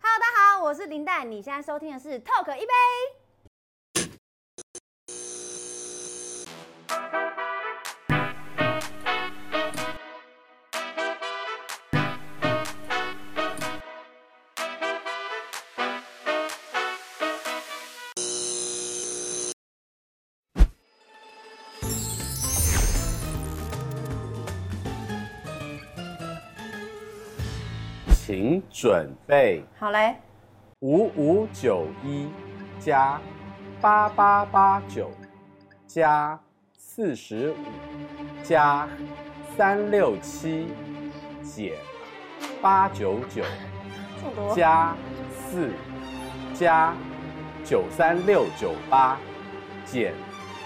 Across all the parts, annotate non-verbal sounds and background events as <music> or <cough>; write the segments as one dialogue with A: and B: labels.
A: 好，我是林黛，你现在收听的是 Talk 一杯。
B: 请准备
A: 好嘞，
B: 五五九一加八八八九加四十五加三六七减八九九
A: 这么多，
B: 加四加九三六九八减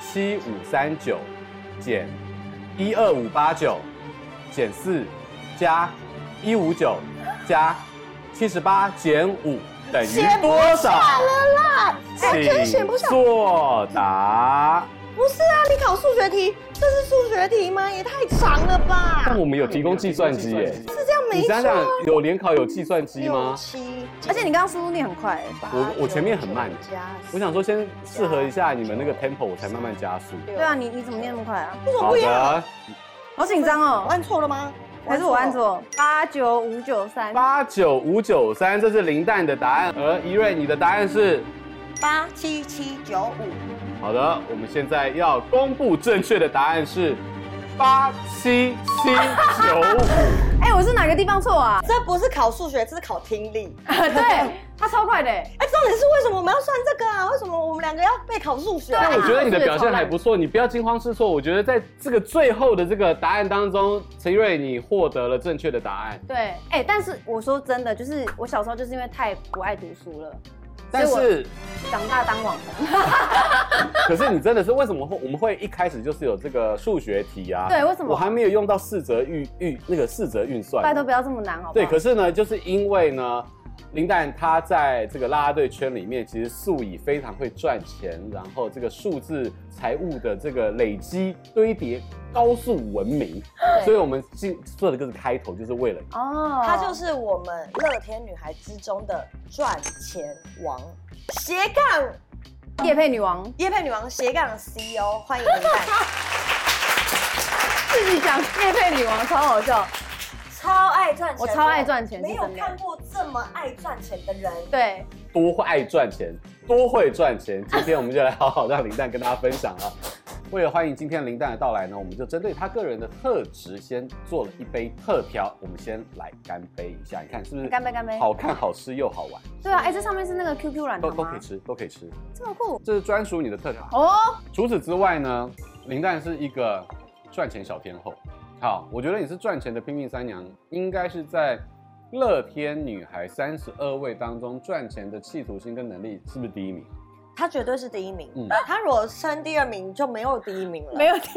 B: 七五三九减一二五八九减四加一五九加七十八减五等于
A: 选不
B: 多少？
A: 哎
C: 啦，完全
B: 请
C: 选不上。
B: 作答。
C: 不是啊，你考数学题，这是数学题吗？也太长了吧！
D: 但我们有提供计算机耶。
C: 是这样
D: 你
C: 没错
D: 想
C: 啊
D: 想，，有联考有计算机
C: 六
D: 吗？
C: 七，
A: 而且你刚刚速度念很快，欸
B: 我我前面很慢
C: 加
B: 我想说先适合一下你们那个 tempo，我才慢慢加速。
C: 对
A: 对啊，，你你怎么念那么快啊？
C: 为什么
B: 好
C: 不一样？
B: 的，
A: 好紧张
C: 我
A: 哦，
C: 按错了吗？
A: 还是我按？错？八九五九三
B: 八九五九三，这是林蛋的答案，而怡瑞你的答案是
C: 八七七九五，
B: 好的，我们现在要公布正确的答案是八七七九五。
A: 哎，我是哪个地方错啊？
C: 这不是考数学，这是考听力。
A: <laughs> 对，他超快的欸，
C: 哎，重点是为什么我们要算这个啊？为什么我们两个要被考数学啊？
A: 对
D: 但我觉得你的表现还不错，你不要惊慌失措。我觉得在这个最后的这个答案当中，陈怡瑞你获得了正确的答案。
A: 对，哎、但是我说真的，就是我小时候就是因为太不爱读书了，
B: 但是，
A: 长大当网红。
B: 可是你真的是为什么会我们会一开始就是有这个数学题啊？
A: 对为什么
B: 我还没有用到四则运运那个四则运算？
A: 拜托不要这么难，好不好？
B: 对，可是呢，就是因为呢，林丹他在这个啦啦队圈里面，其实素以非常会赚钱，然后这个数字财务的这个累积堆叠，高速闻名。所以我们进做的这个开头，就是为了
A: 哦，
C: 她就是我们乐天女孩之中的赚钱王，斜杠
A: 叶配女王，
C: 叶配女王斜杠 CEO，欢迎林黛。
A: 自己 <laughs> 讲叶配女王超好笑。
C: <laughs> 超爱赚钱，
A: 我超爱赚钱
C: 没有
A: 是真的
C: 看过这么爱赚钱的人。
A: 对，
B: 多会爱
A: <laughs>
B: 赚钱，多会赚钱。今天我们就来好好让林丹跟大家分享啊。为了欢迎今天林丹的到来呢，我们就针对他个人的特质，先做了一杯特调。我们先来干杯一下，你看是不是？
A: 干杯干杯
B: 好看、好吃又好玩，
A: 对啊，哎、这上面是那个 QQ 软
B: 都
A: 糖
B: 都
A: 吗
B: 可以？吃，都可以吃。
A: 这么酷
B: 这是专属你的特长。
A: 哦，
B: 除此之外呢，林丹是一个赚钱小天后。好，我觉得你是赚钱的拼命三娘，应该是在乐天女孩三十二位当中赚钱的企图心跟能力是不是第一名？
C: 他绝对是第一名，
B: 嗯
C: 他如果升第二名就没有第一名了。
A: 没
C: 有
A: 有听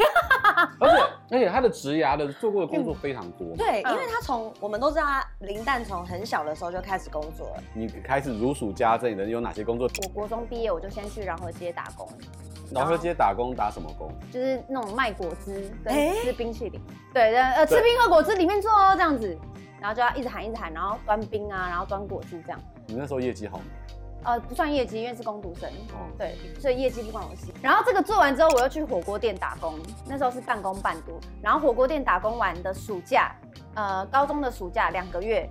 B: 而且
A: <laughs>
B: 而且她的职涯的做过的工作非常多，
C: 对，
A: 嗯
C: 因为他从我们都知道他林蛋从很小的时候就开始工作了，
B: 你开始如数家珍，你的有哪些工作？
A: 我国中毕业我就先去饶河街打工，
B: 饶河街打工打什么工？
A: 就是那种卖果汁跟
C: 哎
A: 吃冰淇淋，对，然后呃吃
B: 对
A: 冰喝果汁里面做哦这样子，然后就要一直喊一直喊，然后端冰啊，然后端果汁这样。
B: 你那时候业绩好吗？
A: 呃，不算业绩，因为是工读生，
B: 哦
A: 对，所以业绩不关我事。然后这个做完之后，我又去火锅店打工，那时候是半工半读。然后火锅店打工完的暑假，呃，高中的暑假两个月，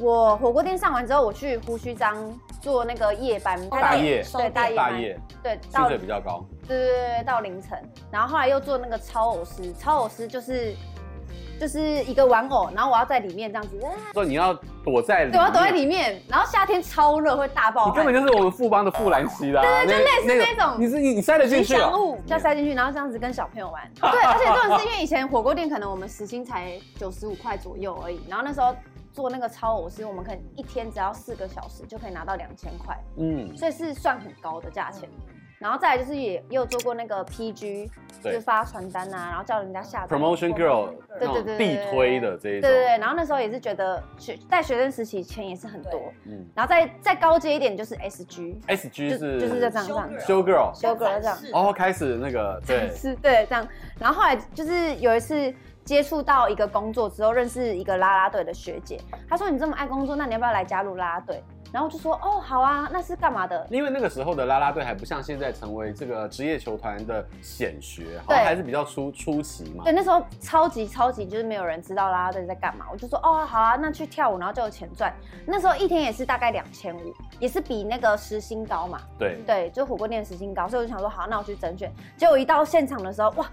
A: 我火锅店上完之后，我去胡须章做那个夜班，
B: 哦大夜
A: 对大夜
B: 哦大
A: 班
B: 业
A: 对，
B: 薪
A: 到
B: 水比较高，
A: 对对对对，到凌晨。然后后来又做那个超偶师，超偶师就是就是一个玩偶，然后我要在里面这样子，啊
B: 说你要躲在里面，
A: 对，我要躲在里面。然后夏天超热，会大爆
B: 你根
A: 汗
B: 本。就是我们富邦的啊富兰西啦，对对，就类
A: 啊似那种
B: 你是你你塞得进去
C: 吉
B: 啊
C: 祥？物
A: 要塞进去，然后这样子跟小朋友
B: <laughs>
A: 玩。对，而且重点是因为以前火锅店可能我们时薪才九十五块左右而已，然后那时候做那个超偶师，我们可能一天只要四个小时就可以拿到两千块，
B: 嗯，
A: 所以是算很高的价钱。然后再来就是也也有做过那个 PG，就
B: 对
A: 是发传单啊，然后叫人家下单。
B: Promotion Girl
A: 对
B: 那
A: 对
B: 种
A: 对，
B: 地推的这
A: 对
B: 一种，
A: 对对，然后那时候也是觉得学在学生时期钱也是很多
C: 对，
B: 嗯
A: 然后再再高阶一点就是 SG，
B: ，SG
A: 就是就是在这样这
C: Show
A: 样
C: girl。
B: Show Girl，
A: 修改了这样
C: 展示
B: 哦，开始那个对，
A: 是对这样。然后后来就是有一次接触到一个工作之后，认识一个啦啦队的学姐，她说你这么爱工作，那你要不要来加入啦啦队？然后就说哦好啊，那是干嘛的？
B: 因为那个时候的啦啦队还不像现在成为这个职业球团的显学，好
A: 对
B: 像还是比较出出奇嘛
A: 对，。那时候超级超级就是没有人知道啦啦队在干嘛，我就说哦好啊，那去跳舞，然后就有钱赚。那时候一天也是大概两千五，也是比那个时薪高嘛，
B: 对，
A: 对，就火锅店时薪高，所以我就想说好，那我去甄选。结果一到现场的时候，哇，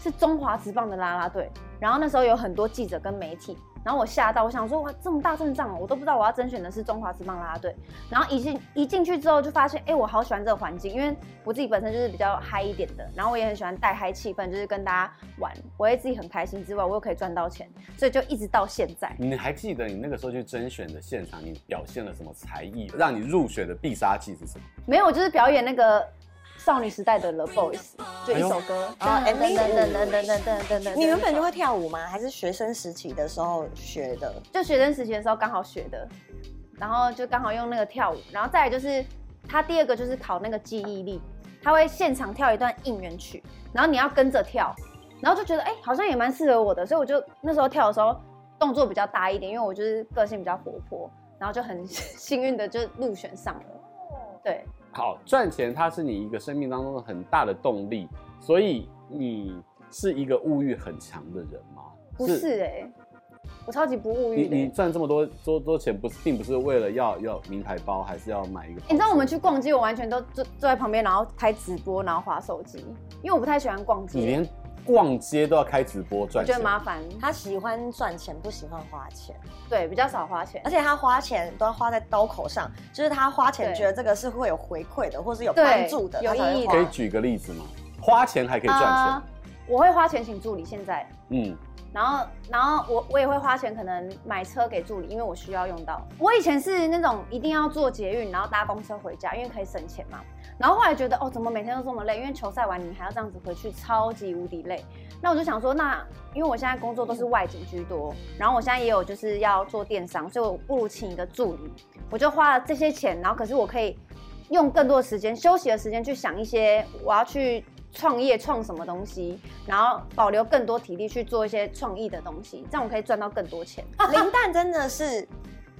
A: 是中华职棒的啦啦队，然后那时候有很多记者跟媒体，然后我吓到，我想说哇这么大阵仗哦，我都不知道我要甄选的是中华职棒啦啦队。然后一进一进去之后就发现，哎、我好喜欢这个环境，因为我自己本身就是比较嗨一点的，然后我也很喜欢带嗨气氛，就是跟大家玩，我也自己很开心之外，我又可以赚到钱，所以就一直到现在。
B: 你还记得你那个时候去甄选的现场，你表现了什么才艺，让你入选的必杀技是什么？
A: 没有，我就是表演那个少女时代的《The Boys》，就一首歌
C: 哎呦
A: 噔噔噔噔噔噔噔噔噔。
C: 你原本就会跳舞吗？还是学生时期的时候学的？
A: 就学生时期的时候刚好学的，然后就刚好用那个跳舞，然后再来就是他第二个就是考那个记忆力，他会现场跳一段应援曲，然后你要跟着跳，然后就觉得哎、好像也蛮适合我的，所以我就那时候跳的时候动作比较大一点，因为我就是个性比较活泼，然后就很幸运的就入选上了。对，
B: 好，赚钱它是你一个生命当中的很大的动力，所以你是一个物欲很强的人吗？
A: 不是哎、我超级不物
B: 你
A: 欲的、
B: 你赚这么多多多钱，不是并不是为了要要名牌包，还是要买一个包？
A: 你知道哎我们去逛街，我完全都坐坐在旁边，然后开直播，然后划手机，因为我不太喜欢逛街，
B: 你连逛街都要开直播
A: 我
B: 赚
A: 觉
B: 钱
A: 得，麻烦，
C: 他喜欢赚钱，不喜欢花钱，
A: 对比较少花钱
C: 而。且他花钱都要花在刀口上，就是他花钱
A: 对
C: 觉得这个是会有回馈的，或是有
A: 对
C: 帮助的，
A: 有
C: 他才
A: 意义
C: 会
A: 的
C: 花
B: 可以。举个例子吗？花钱还可以赚
A: 呃
B: 钱，
A: 我会花钱请助理现在，
B: 嗯，
A: 然后然后我我也会花钱可能买车给助理，因为我需要用到。我以前是那种一定要坐捷运，然后搭公车回家，因为可以省钱嘛。然后后来觉得哦，怎么每天都这么累？因为球赛完你还要这样子回去，超级无敌累。那我就想说，那因为我现在工作都是外景居多，然后我现在也有就是要做电商，所以我不如请一个助理，我就花了这些钱，然后可是我可以用更多的时间、休息的时间去想一些我要去创业创什么东西，然后保留更多体力去做一些创意的东西，这样我可以赚到更多钱。
C: 哦林蛋真的是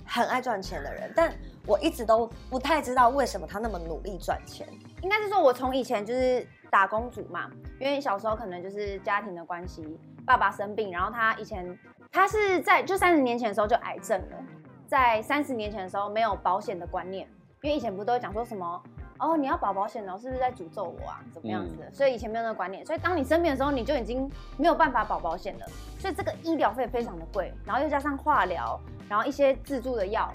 C: 很爱赚钱的人，但我一直都不太知道为什么他那么努力赚钱。
A: 应该是说，我从以前就是打工族嘛，因为小时候可能就是家庭的关系，爸爸生病，然后他以前他是在就三十年前的时候就癌症了，在三十年前的时候没有保险的观念，因为以前不都会讲说什么哦你要保保险哦，是不是在诅咒我啊，怎么样子
B: 嗯
A: 的？所以以前没有那个观念，所以当你生病的时候，你就已经没有办法保保险了，所以这个医疗费非常的贵，然后又加上化疗，然后一些自助的药，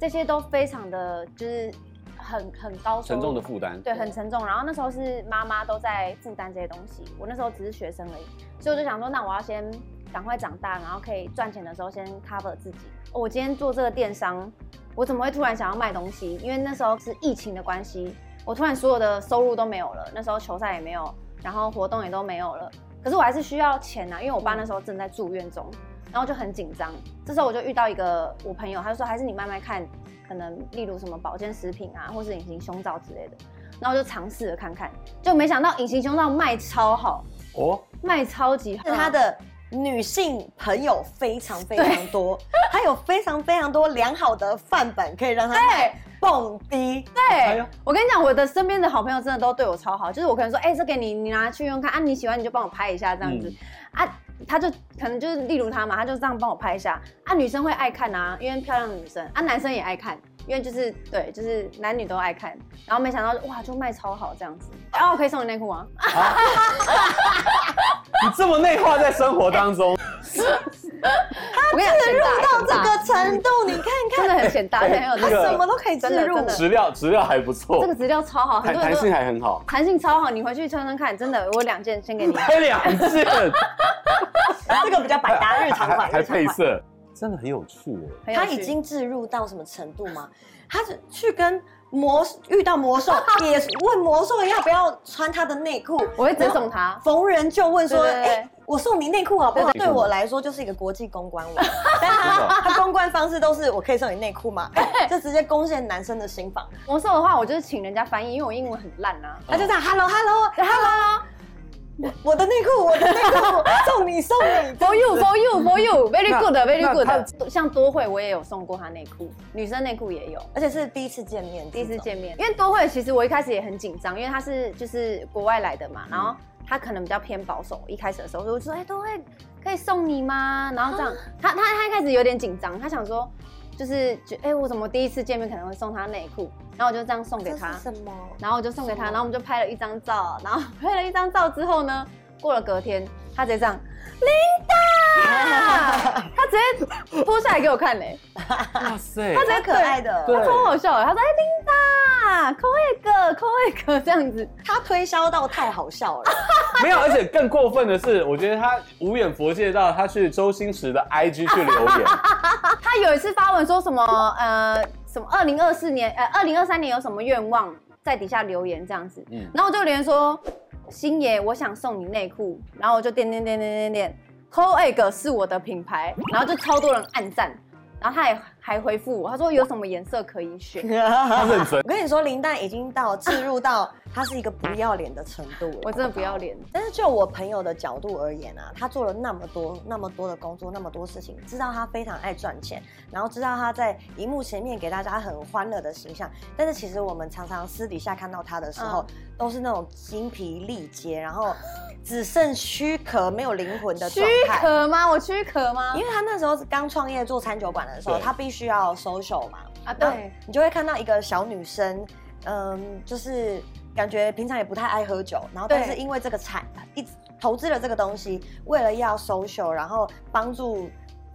A: 这些都非常的就是很很高收入
B: 沉重的负担。
A: 对，很沉重。然后那时候是妈妈都在负担这些东西，我那时候只是学生而已，所以我就想说，那我要先赶快长大，然后可以赚钱的时候先 cover 自己。哦我今天做这个电商，我怎么会突然想要卖东西？因为那时候是疫情的关系，我突然所有的收入都没有了，那时候球赛也没有，然后活动也都没有了。可是我还是需要钱啊，因为我爸那时候正在住院中，然后就很紧张。这时候我就遇到一个我朋友，他就说还是你慢慢看，可能例如什么保健食品啊，或是隐形胸罩之类的。然后我就尝试了看看，就没想到隐形胸罩卖超好，
B: 哦，
A: 卖超级好。
C: 是他的女性朋友非常非常多，他有非常非常多良好的范本可以让他
A: 对
C: 蹦迪。
B: 哎
A: 对
B: 呀，
A: 我跟你讲，我的身边的好朋友真的都对我超好，就是我可能说，哎、这给你，你拿去用看啊，你喜欢你就帮我拍一下这样子、
B: 嗯
A: 啊，他就可能就是例如他嘛，他就这样帮我拍一下啊，女生会爱看啊，因为漂亮的女生啊，男生也爱看。因为就是对，就是男女都爱看，然后没想到哇，就卖超好这样子。然后我可以送你内裤吗？
B: 你这么内化在生活当中，
A: 我跟你讲，钱
C: 到
A: 大钱大
C: 啊这个程度，你看
A: 真
C: 看
A: 的很显大，而且很有
C: 他
B: 哦这个
C: 什么都可以置
A: 真的
C: 入
A: 真。的
B: 质量质量还不错，
A: 哎这个质量超好，很
B: 弹
A: 多人
B: 弹
A: 都
B: 性还很好，
A: 弹性超好，你回去穿穿看，真的，我两件先给你。
B: 拍两
A: <laughs>
B: 件，
C: 这个比较百搭日常
B: 还
C: 款，
B: 还
C: 日常
B: 配
C: 款。
B: 色，真的很有趣
A: 很
B: 哎。
A: 有
C: 他
A: 趣
C: 已经置入到什么程度吗？他是去跟魔遇到魔
A: <laughs>
C: 兽，也是问魔兽要不要穿他的内裤，
A: 我会直接送他。
C: 逢人就问说：“
A: 对对对
C: 哎、我送你内裤好不好？”
B: 对对对
C: 对我来说就是一个国际
A: <laughs>
C: 公关网，但他他公关方式都是我可以送你内裤吗？
A: <laughs>
C: 哎就直接攻陷男生的心房。
A: 哦 <laughs> 魔兽的话，我就是请人家翻译，因为我英文很烂啊。
C: 他就这样，Hello Hello，
A: 然后呢，
C: 我的内裤，我的
A: <laughs>
C: 内裤，送你送你。
A: For you, for you, for you, very
E: 那
A: good, very
E: 那
A: good。像多惠，我也有送过她内裤，女生内裤也有。
C: 而且是第一次见面，
A: 第一次见面，因为多惠其实我一开始也很紧张，因为她是就是国外来的嘛，然后她可能比较偏保守，一开始的时候我就说，哎、多惠可以送你吗？然后这样，她她她一开始有点紧张，她想说就是觉，哎、我怎么第一次见面可能会送她内裤？然后我就这样送
C: 这
A: 给
C: 是
A: 她，
C: 什么？
A: 然后我就送给他，然后我们就拍了一张照，然后拍了一张照之后呢，过了隔天，他直接这样，琳达， <laughs> 他 <laughs> 直接脱下来给我看嘞，
B: 哇塞，
A: 他直接
C: 超可爱的
A: 对他超好笑的，他说哎，琳达，扣一个，扣一个这样子，
C: 他推销到太好笑了，
B: <laughs> 没有，而且更过分的是，我觉得他无眼佛界到他去周星驰的 IG 去留言，
A: 他有一次发文说什么呃什么二零二四年呃二零二三年有什么愿望，在底下留言这样子，
B: 嗯
A: 然后我就留言说星爷我想送你内裤，然后我就点点点点点点，Co Egg 是我的品牌，然后就超多人暗赞，然后他也还回复我，他说有什么颜色可以选， <laughs>
B: 他认真。
C: 我跟你说，林丹已经到置入到他是一个不要脸的程度了。
A: 我真的不要脸，
C: 但是就我朋友的角度而言啊，他做了那么多、那么多的工作，那么多事情，知道他非常爱赚钱，然后知道他在荧幕前面给大家很欢乐的形象。但是其实我们常常私底下看到他的时候，
A: 嗯
C: 都是那种精疲力竭，然后只剩躯壳没有灵魂的
A: 躯
C: 状态。
A: 壳吗？我躯壳吗
C: 因？为他那时候是刚创业做餐酒馆的时候，
B: 对
C: 他必须要 social 嘛，
A: 啊，
C: 然后
A: 对，
C: 你就会看到一个小女生，嗯，就是感觉平常也不太爱喝酒，然后
A: 对
C: 但是因为这个产一直投资了这个东西，为了要 social，然后帮助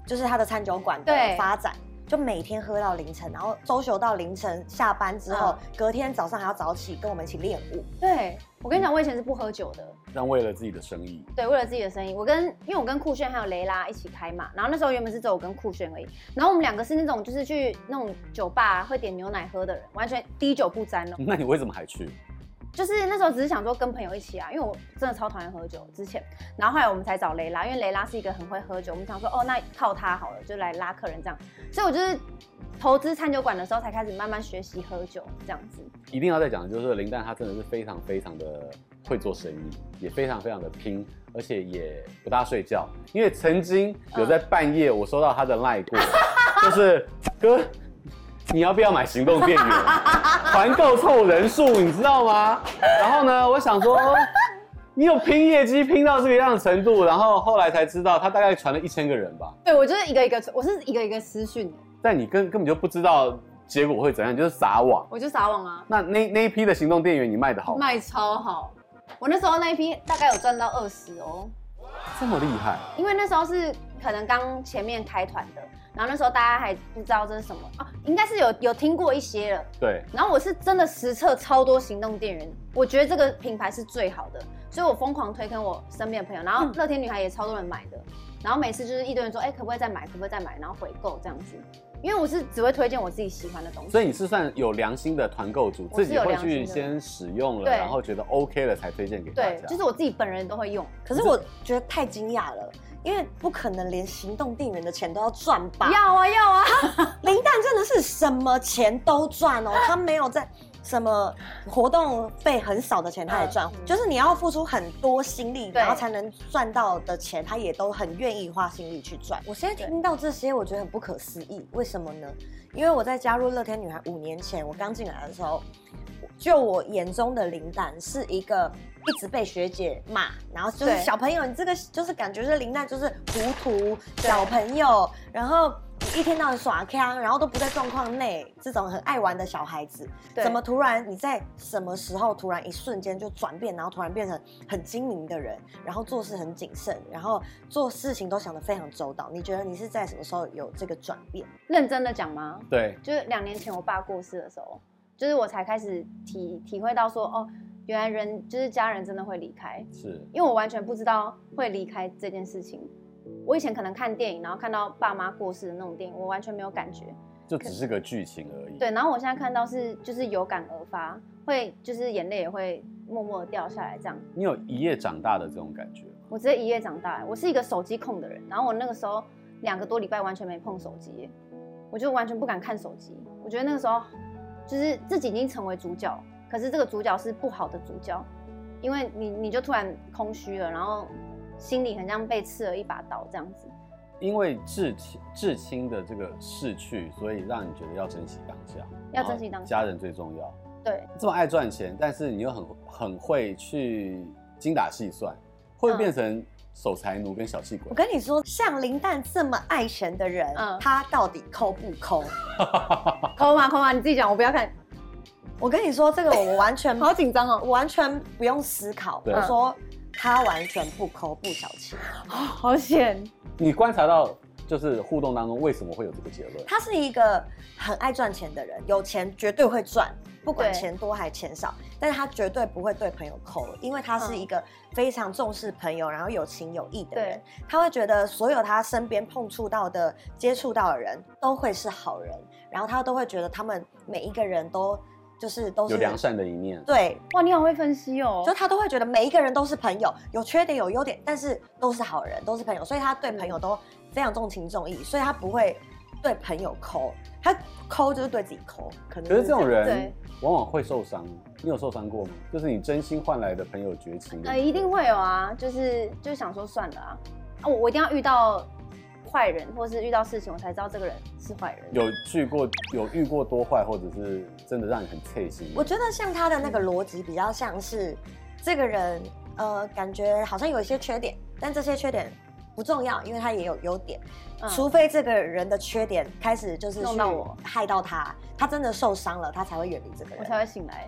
C: 就是她的餐酒馆的
A: 对
C: 发展。就每天喝到凌晨，然后 social 到凌晨，下班之后，隔天早上还要早起跟我们一起练舞。
A: 对我跟你讲，我以前是不喝酒的，
B: 但为了自己的生意，
A: 对，为了自己的生意，我跟因为我跟酷炫还有雷拉一起开嘛，然后那时候原本是只有我跟酷炫而已，然后我们两个是那种就是去那种酒吧会点牛奶喝的人，完全滴酒不沾哦。
B: 那你为什么还去？
A: 就是那时候只是想说跟朋友一起啊，因为我真的超讨厌喝酒之前，然后后来我们才找雷拉，因为雷拉是一个很会喝酒，我们想说哦那靠他好了，就来拉客人这样，所以我就是投资餐酒馆的时候才开始慢慢学习喝酒这样子。
B: 一定要再讲，就是林丹他真的是非常非常的会做生意，也非常非常的拼，而且也不大睡觉。因为曾经有在半夜我收到他的赖过，就是 <laughs> 哥，你要不要买行动电源？团购凑人数，你知道吗？然后呢，我想说。你有拼业绩拼到这个样的程度，然后后来才知道他大概传了一千个人吧，
A: 对我就是一个一个，我是一个一个私讯，
B: 但你根根本就不知道结果会怎样，你就是撒网。
A: 我就撒网啊，
B: 那那那一批的行动电源你卖的好吗？
A: 卖超好，我那时候那一批大概有赚到二十哦。
B: 这么厉害，
A: 因为那时候是可能刚前面开团的，然后那时候大家还不知道这是什么哦、应该是有有听过一些了。
B: 对。
A: 然后我是真的实测超多行动电源，我觉得这个品牌是最好的，所以我疯狂推坑我身边的朋友，然
B: 嗯
A: 后乐天女孩也超多人买的，然后每次就是一堆人说，哎、可不可以再买，可不可以再买，然后回购这样子，因为我是只会推荐我自己喜欢的东西。
B: 所以你是算有良心的团购主，
A: 我是
B: 自己
A: 有
B: 会
A: 良心
B: 去
A: 的
B: 先使用了，
A: 对
B: 然后觉得 OK 了才推荐给大
A: 对
B: 家。，
A: 就是我自己本人都会用，
C: 可是我觉得太惊讶了，因为不可能连行动电源的钱都要赚吧？
A: 要啊要啊，
C: 林丹真的是什么钱都赚 <laughs> 哦，他没有在什么活动费很少的钱他也赚，
A: 嗯
C: 就是你要付出很多心力，
A: 对
C: 然后才能赚到的钱，他也都很愿意花心力去赚。我现在听到这些，我觉得很不可思议，为什么呢？因为我在加入乐天女孩五年前，我刚进来的时候，就我眼中的林丹是一个。一直被学姐骂，然后就是
A: 对
C: 小朋友，你这个就是感觉是林丹就是糊涂
A: 对
C: 小朋友，然后一天到晚耍腔，然后都不在状况内，这种很爱玩的小孩子，
A: 对
C: 怎么突然你在什么时候突然一瞬间就转变，然后突然变成很精明的人，然后做事很谨慎，然后做事情都想得非常周到？你觉得你是在什么时候有这个转变？
A: 认真的讲吗？
B: 对
A: 就是两年前我爸过世的时候，就是我才开始体体会到说，哦，原来人就是家人真的会离开，
B: 是
A: 因为我完全不知道会离开这件事情。我以前可能看电影，然后看到爸妈过世的那种电影，我完全没有感觉。
B: 就只是个剧情而已。
A: 对，然后我现在看到是就是有感而发，会就是眼泪也会默默地掉下来这样。
B: 你有一夜长大的这种感觉吗？
A: 我直接一夜长大，我是一个手机控的人。然后我那个时候两个多礼拜完全没碰手机，我就完全不敢看手机。我觉得那个时候就是自己已经成为主角，可是这个主角是不好的主角，因为你你就突然空虚了，然后心里很像被刺了一把刀这样子。
B: 因为至亲至亲的这个逝去，所以让你觉得要珍惜当下，
A: 要珍惜当下
B: 然后家人最重要。
A: 对，
B: 这么爱赚钱，但是你又很很会去精打细算，会
A: 嗯
B: 变成守财奴跟小气鬼
C: 我。跟你说，像林丹这么爱钱的人，
A: 嗯
C: 他到底抠不抠？
A: 抠嘛抠嘛，你自己讲，我不要看，
C: 我跟你说，这个我完全
A: <laughs> 好紧张
C: 我
A: 哦，
C: 完全不用思考。
B: 对
C: 我说他完全不抠不小气，
A: 好险。
B: 你观察到就是互动当中为什么会有这个结论？
C: 他是一个很爱赚钱的人，有钱绝对会赚，不管
A: 对
C: 钱多还钱少，但是他绝对不会对朋友抠，因为他是一个非常重视朋友，然后有情有义的人
A: 嗯对。
C: 他会觉得所有他身边碰触到的、接触到的人都会是好人，然后他都会觉得他们每一个人都就是都是
B: 有良善的一面，
C: 对，
A: 哇，你好会分析哦
C: 就。他都会觉得每一个人都是朋友，有缺点有优点，但是都是好人，都是朋友，所以他对朋友都非常重情重义，所以他不会对朋友抠，他抠就是对自己抠，可能
B: 可是这种
C: 样
B: 人
A: 嗯对
B: 往往会受伤。你有受伤过吗？就是你真心换来的朋友绝情。
A: 呃，一定会有啊，就是就想说算了啊，啊我我一定要遇到坏人，或是遇到事情，我才知道这个人是坏人。
B: 有去过，有遇过多坏，或者是真的让你很刺心。
C: 我觉得像他的那个逻辑比较像是这个人，呃，感觉好像有一些缺点，但这些缺点不重要，因为他也有优点。
A: 嗯
C: 除非这个人的缺点开始就是
A: 弄到我
C: 去害到他，他真的受伤了，他才会远离这个人。
A: 我才会醒来。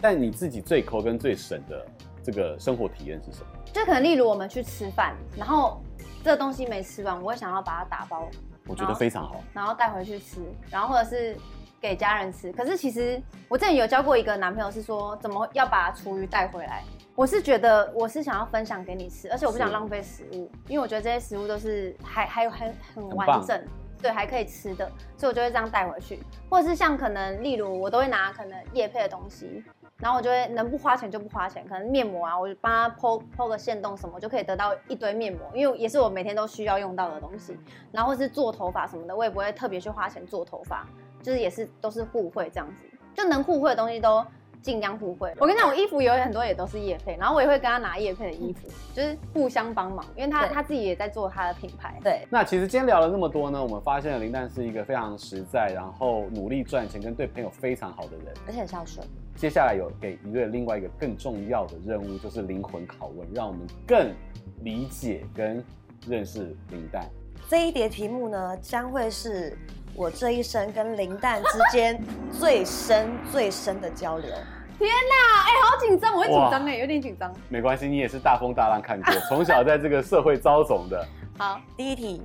B: 但你自己最抠跟最省的这个生活体验是什么？
A: 就可能例如我们去吃饭，然后这个东西没吃完，我会想要把它打包，
B: 我觉得非常好。
A: 然后带回去吃，然后或者是给家人吃。可是其实我之前有交过一个男朋友，是说怎么要把厨余带回来。我是觉得我是想要分享给你吃，而且我不想
B: 是
A: 浪费食物，因为我觉得这些食物都是还还有很很
B: 很
A: 完
B: 棒
A: 整，对，还可以吃的，所以我就会这样带回去。或者是像可能例如我都会拿可能叶配的东西，然后我就会能不花钱就不花钱，可能面膜啊，我就帮他剖剖个线洞什么，就可以得到一堆面膜，因为也是我每天都需要用到的东西。然后或是做头发什么的，我也不会特别去花钱做头发，就是也是都是互惠这样子，就能互惠的东西都尽量互惠。我跟你讲，我衣服有很多也都是叶配，然后我也会跟他拿叶配的衣服，
B: 嗯
A: 就是互相帮忙，因为他
C: 对
A: 他自己也在做他的品牌。
C: 对，
B: 那其实今天聊了那么多呢，我们发现林丹是一个非常实在，然后努力赚钱跟对朋友非常好的人。
C: 而且很孝顺。
B: 接下来有给一位另外一个更重要的任务，就是灵魂拷问，让我们更理解跟认识林丹。
C: 这一叠题目呢，将会是我这一生跟林蛋之间最深最深的交流。 <laughs>
A: 啊，哎、好紧张，我会紧张
B: 哇
A: 哎，有点紧张。
B: 没关系，你也是大风大浪看过，从小在这个社会遭总的。
A: 好，
C: 第一题，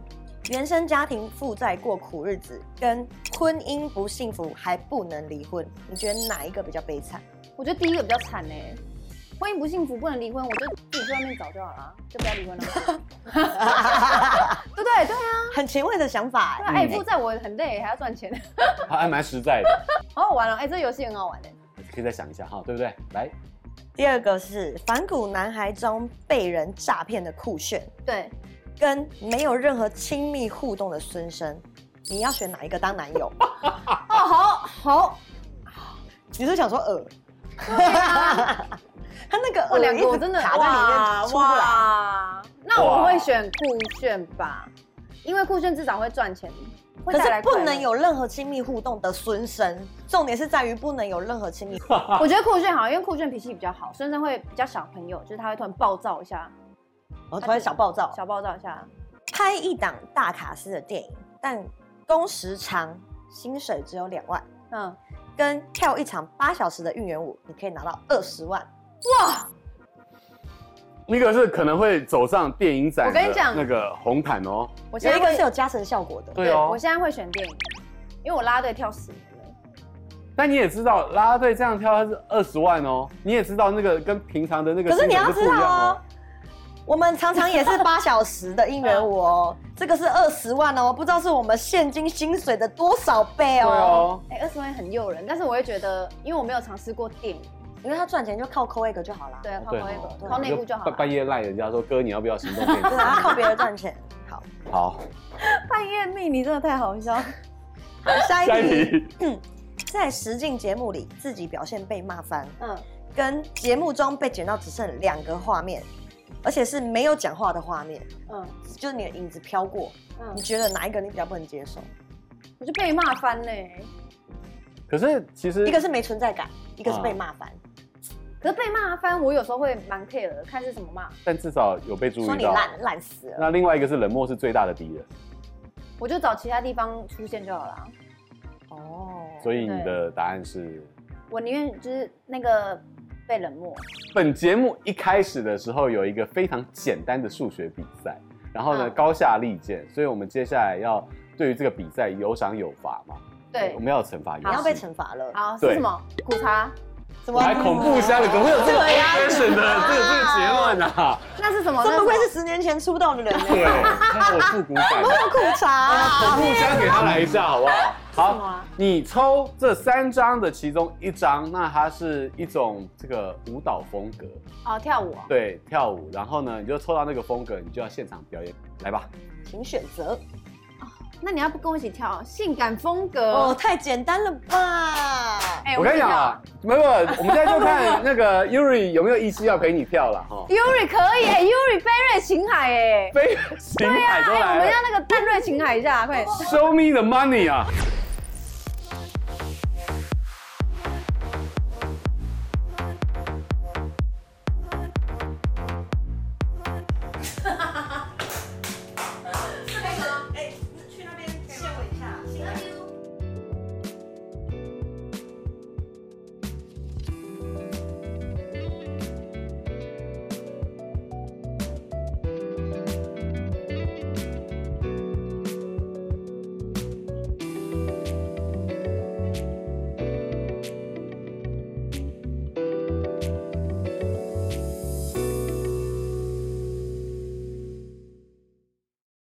C: 原生家庭负债过苦日子，跟婚姻不幸福还不能离婚，你觉得哪一个比较悲惨？
A: 我觉得第一个比较惨哎、婚姻不幸福不能离婚，我就自己去外面找就好了，就不要离婚了， <laughs> 对不对？对啊，
C: 很前卫的想法、
A: 对啊，
C: 欸。
A: 哎、
B: 嗯
A: 负债我很累，还要赚钱， <laughs>
B: 还还蛮实在的，
A: 好好玩哦，哎、这游戏很好玩哎、
B: 可以再想一下哈，对不对？来，
C: 第二个是反骨男孩中被人诈骗的酷炫，
A: 对，
C: 跟没有任何亲密互动的孙生，你要选哪一个当男 <laughs> 友？
A: 哦，好好，哦
C: 你是想说耳？ <laughs> 他那个
A: 我
C: 耳
A: 两
C: 一
A: 个
C: 直
A: 我真的
C: 卡在里
A: 哇
C: 面出不来。
A: 哇那我会选酷炫吧，因为酷炫至少会赚钱，会
C: 可
A: 带
C: 是
A: 来
C: 不
A: 快乐
C: 能。有任何亲密互动的孙生，重点是在于不能有任何亲密。 <laughs>
B: 啊
A: 我觉得酷炫好，因为酷炫脾气比较好，孙生会比较小朋友，就是他会突然暴躁一下，
C: 我突然小暴躁，
A: 小暴躁一下。
C: 拍一档大卡司的电影，但工时长，薪水只有两万，
A: 嗯，
C: 跟跳一场八小时的应援舞，你可以拿到二十万。
B: 一个是可能会走上电影展，
A: 我跟你讲
B: 那个红毯哦，
A: 我现在
C: 有一个
A: 会
C: 是有加成效果的，
B: 对哦
A: 我现在会选电影，因为我拉队跳十年了。
B: 但你也知道，啦啦队这样跳它是二十万哦，你也知道那个跟平常的那个
C: 可是
B: 薪
C: 你
B: 水
C: 要
B: 是不
C: 知
B: 一
C: 道
B: 样
C: 哦
B: 哦。，
C: 我们常常也是八小时的应援舞哦，这个是二十万哦，不知道是我们现金薪水的多少
B: 对
C: 倍哦。
B: 哦，
A: 哎、二十万很诱人，但是我会觉得，因为我没有尝试过电影，
C: 因为他赚钱就靠抠一个就好了，
A: 对，靠
B: 对
A: 靠内
B: 哦
A: 部，靠内部就好
B: 半半
A: 了。
B: 夜赖人家说哥，你要不要行动
C: <laughs>
B: 电
C: 对啊，他
B: 子？
C: 靠别人赚钱。好，
B: 好，
A: 半夜蜜，你真的太好笑。
C: 好下
B: 下一
C: 一题，
B: <laughs> 题，
C: 在实境节目里自己表现被骂翻，
A: 嗯，
C: 跟节目中被剪到只剩两个画面，而且是没有讲话的画面，
A: 嗯
C: 就是你的影子飘过，
A: 嗯
C: 你，觉得哪一个你比较不能接受？
A: 我就被骂翻嘞、
B: 可是其实
C: 一个是没存在感，一个是被骂烦，
A: 可是被骂翻，我有时候会蛮 care 的，看是什么骂。
B: 但至少有被注
C: 说
B: 意
C: 你
B: 到。
C: 烂烂死了。
B: 那另外一个是冷漠是最大的敌人，
A: 我就找其他地方出现就好了。啊
C: 哦，
B: 所以你的答案是。
A: 我宁愿就是那个被冷漠，
B: 本节目一开始的时候有一个非常简单的数学比赛，然后
C: 啊
B: 呢、
A: 嗯
B: 高下立见，所以我们接下来要对于这个比赛有赏有罚嘛。
A: 对
B: 我，们要有惩罚游戏。
C: 你要被惩罚了。
A: 好是
B: 对
A: 什么？苦茶？
C: 什
B: 我还恐怖箱里怎么会有这么
C: 对呀
B: fashion 的
C: <laughs>
B: 这个这个结论啊？
A: 那是什么？
C: 这
A: 那
C: 不
A: 是
C: 愧
A: 什么
C: 是十年前出道的人呢，
B: 对，那我复古感，
C: 苦茶啊、
B: 恐怖箱给他来一下
C: <laughs>
B: 好不好？
A: 什么
B: 好
A: 啊，
B: 你抽这三张的其中一张，那它是一种这个舞蹈风格，
A: 哦，跳舞哦、
B: 对，跳舞。然后呢，你就抽到那个风格，你就要现场表演，来吧。
C: 请选择。
A: 那你要不跟我一起跳啊性感风格？
C: 哦，太简单了吧？
A: 哎、
B: 我跟你讲啊，没有，没有我们现在就看那
A: <laughs>
B: 个 Yuri 有没有意思要陪你跳了哈。
A: ，Yuri 可以、欸、，Yuri 飞瑞秦海哎、
B: 飞行海都
A: 哎、我们
B: 来
A: 要
B: 了
A: 那个淡瑞秦海一下，快点。
B: ，Show me the money 啊！